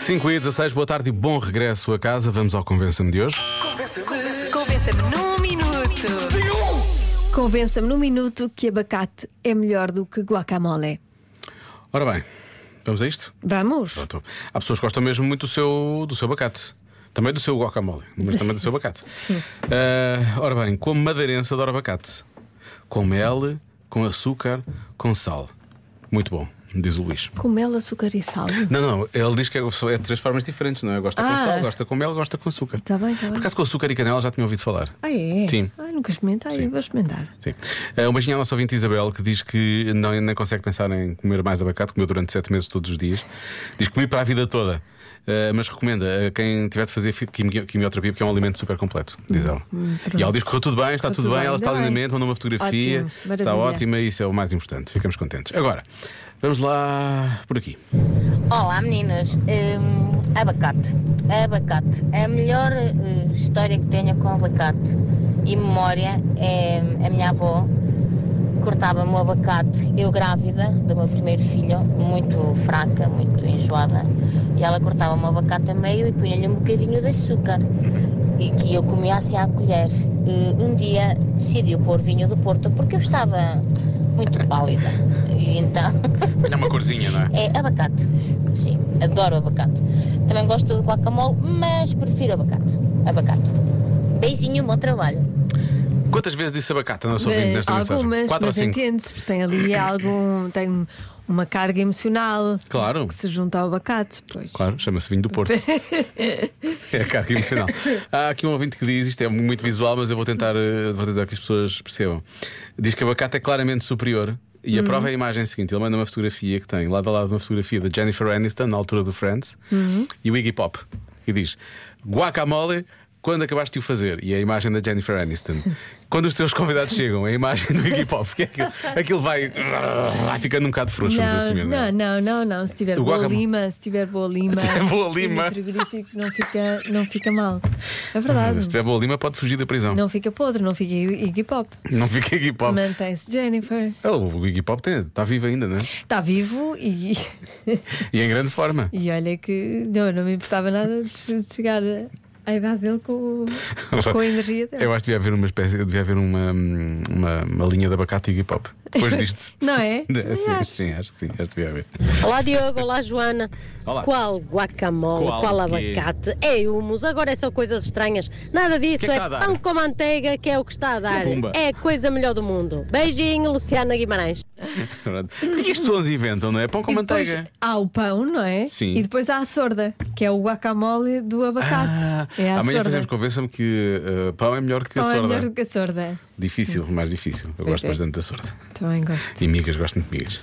5 e 16, boa tarde e bom regresso a casa. Vamos ao Convença-me de hoje. Convença-me num minuto. Convença-me num minuto que abacate é melhor do que guacamole. Ora bem, vamos a isto? Vamos? Pronto. Há pessoas que gostam mesmo muito do seu, do seu abacate. Também do seu guacamole, mas também do seu abacate. Ah, ora bem, como madeirense adoro abacate. Com mel, com açúcar, com sal. Muito bom, diz o Luís. Com mel, açúcar e sal. Não, não, ele diz que é, é de três formas diferentes, não é? Gosta com Ah. sal, gosta com mel, gosta com açúcar. Tá bem, tá bem. Por acaso com açúcar e canela já tinha ouvido falar. Ah, é? Sim. Ai, nunca experimentei, Sim. vou experimentar. Sim. Eh, Um beijinho à nossa ouvinte Isabel que diz que não, nem consegue pensar em comer mais abacate, comeu durante sete meses todos os dias. Diz que comi para a vida toda. Eh, mas recomenda a quem tiver de fazer fi- quimio- quimioterapia, porque é um alimento super completo, diz ela. e ela diz que correu tudo bem, está Hum, tudo Correu tudo bem, bem, ela está ainda lindamente, bem. mandou uma fotografia, Ótimo, está maravilha. ótima e isso é o mais importante. Ficamos contentes. Agora, vamos lá por aqui. Olá meninas, Hum, abacate, abacate, É a melhor eh, história que tenho com abacate e memória é a minha avó cortava-me o abacate, eu grávida do meu primeiro filho, muito fraca, muito enjoada, e ela cortava-me o abacate a meio e punha-lhe um bocadinho de açúcar e que eu comia assim à colher. Eh, um dia decidiu pôr vinho do Porto porque eu estava muito pálida e então Olha uma corzinha, não é? é abacate. Sim, adoro abacate. Também gosto de guacamole, mas prefiro abacate. Abacate. Beijinho, bom trabalho. Quantas vezes disse abacate na nossa Mas ouvinte nesta mensagem? algumas, Quatro ou mas cinco? entende-se, porque tem ali algum. tem uma carga emocional Claro. que se junta ao abacate. Pois. Claro, chama-se vinho do Porto. é a carga emocional. Há aqui um ouvinte que diz, isto é muito visual, mas eu vou tentar, eh, vou tentar que as pessoas percebam. Diz que abacate é claramente superior. E Uhum. a prova é a imagem seguinte: ele manda uma fotografia que tem lado a lado uma fotografia da Jennifer Aniston, na altura do Friends, Uhum. e o Iggy Pop. E diz: guacamole. Quando acabaste de o fazer, e é a imagem da Jennifer Aniston. Quando os teus convidados chegam, é a imagem do Iggy Pop, porque aquilo, aquilo vai, vai ficando um bocado frouxo, vamos assumir. Não, não é? não, não, não, não. Se tiver O boa guacamole. lima, se tiver boa lima, Se tiver boa e no lima. frigorífico não fica, não fica mal. É verdade. Se tiver boa lima, pode fugir da prisão. Não fica podre, não fica Iggy Pop. Não fica Iggy Pop. Mantém-se Jennifer. Ele, o Iggy Pop está vivo ainda, não é? Está vivo e, E em grande forma. e olha que não, não me importava nada de che- de chegar à idade dele com, com a energia dele. Eu acho que devia haver uma espécie, devia haver uma, uma, uma linha de abacate Iggy Pop. Depois disto. Não é? Também sim, acho. sim, acho que sim, acho que devia haver. Olá Diogo, olá Joana. Olá. Qual guacamole, Qual qual, quê? abacate? É humus, agora é só coisas estranhas. Nada disso, Que é que é está a dar? pão com manteiga que é o que está a dar. Pumba. É a coisa melhor do mundo. Beijinho, Luciana Guimarães. Pronto. Porquê que as pessoas inventam, não é? Pão com E depois manteiga. há o pão, não é? Sim. E depois há a sorda, que é o guacamole do abacate. Ah, é a amanhã sorda. fazemos convença-me que eh, pão é melhor que a Pão é sorda. melhor do que a sorda. Difícil, mais difícil. Eu gosto é. bastante da sorda. Também gosto. E migas, gosto muito de migas.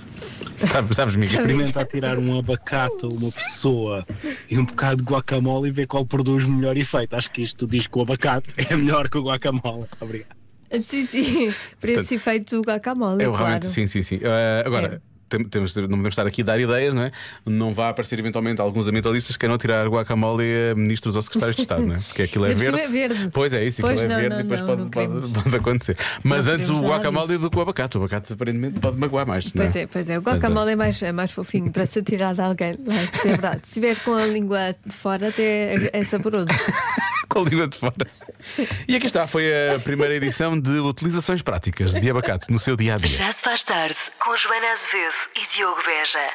Sabes, sabes migas? Experimenta tirar um abacate a uma pessoa e um bocado de guacamole e ver qual produz melhor efeito. Acho que isto diz que o abacate é melhor que o guacamole. Obrigado. Ah, Sim, sim. Para esse efeito do guacamole, Eu claro. É realmente, sim, sim, sim. Eh, agora, É. tem- temos, não podemos estar aqui a dar ideias, não é? Não vai aparecer eventualmente alguns ambientalistas que queiram tirar guacamole a ministros ou secretários de Estado, não é? Porque aquilo é Ainda por verde. cima é verde. Pois é, isso, Pois aquilo não, é verde não, e depois não, pode, não pode, queremos. pode acontecer. Mas Não antes o queremos nada guacamole do que o abacate. O abacate aparentemente pode magoar mais. Pois não é, pois é. O guacamole é mais, é mais fofinho para se atirar de alguém. Like, é verdade. Se estiver com a língua de fora, até é saboroso. Com a língua de fora. E aqui está, foi a primeira edição de Utilizações Práticas de Abacate no seu dia a dia. Já se faz tarde com Joana Azevedo e Diogo Beja.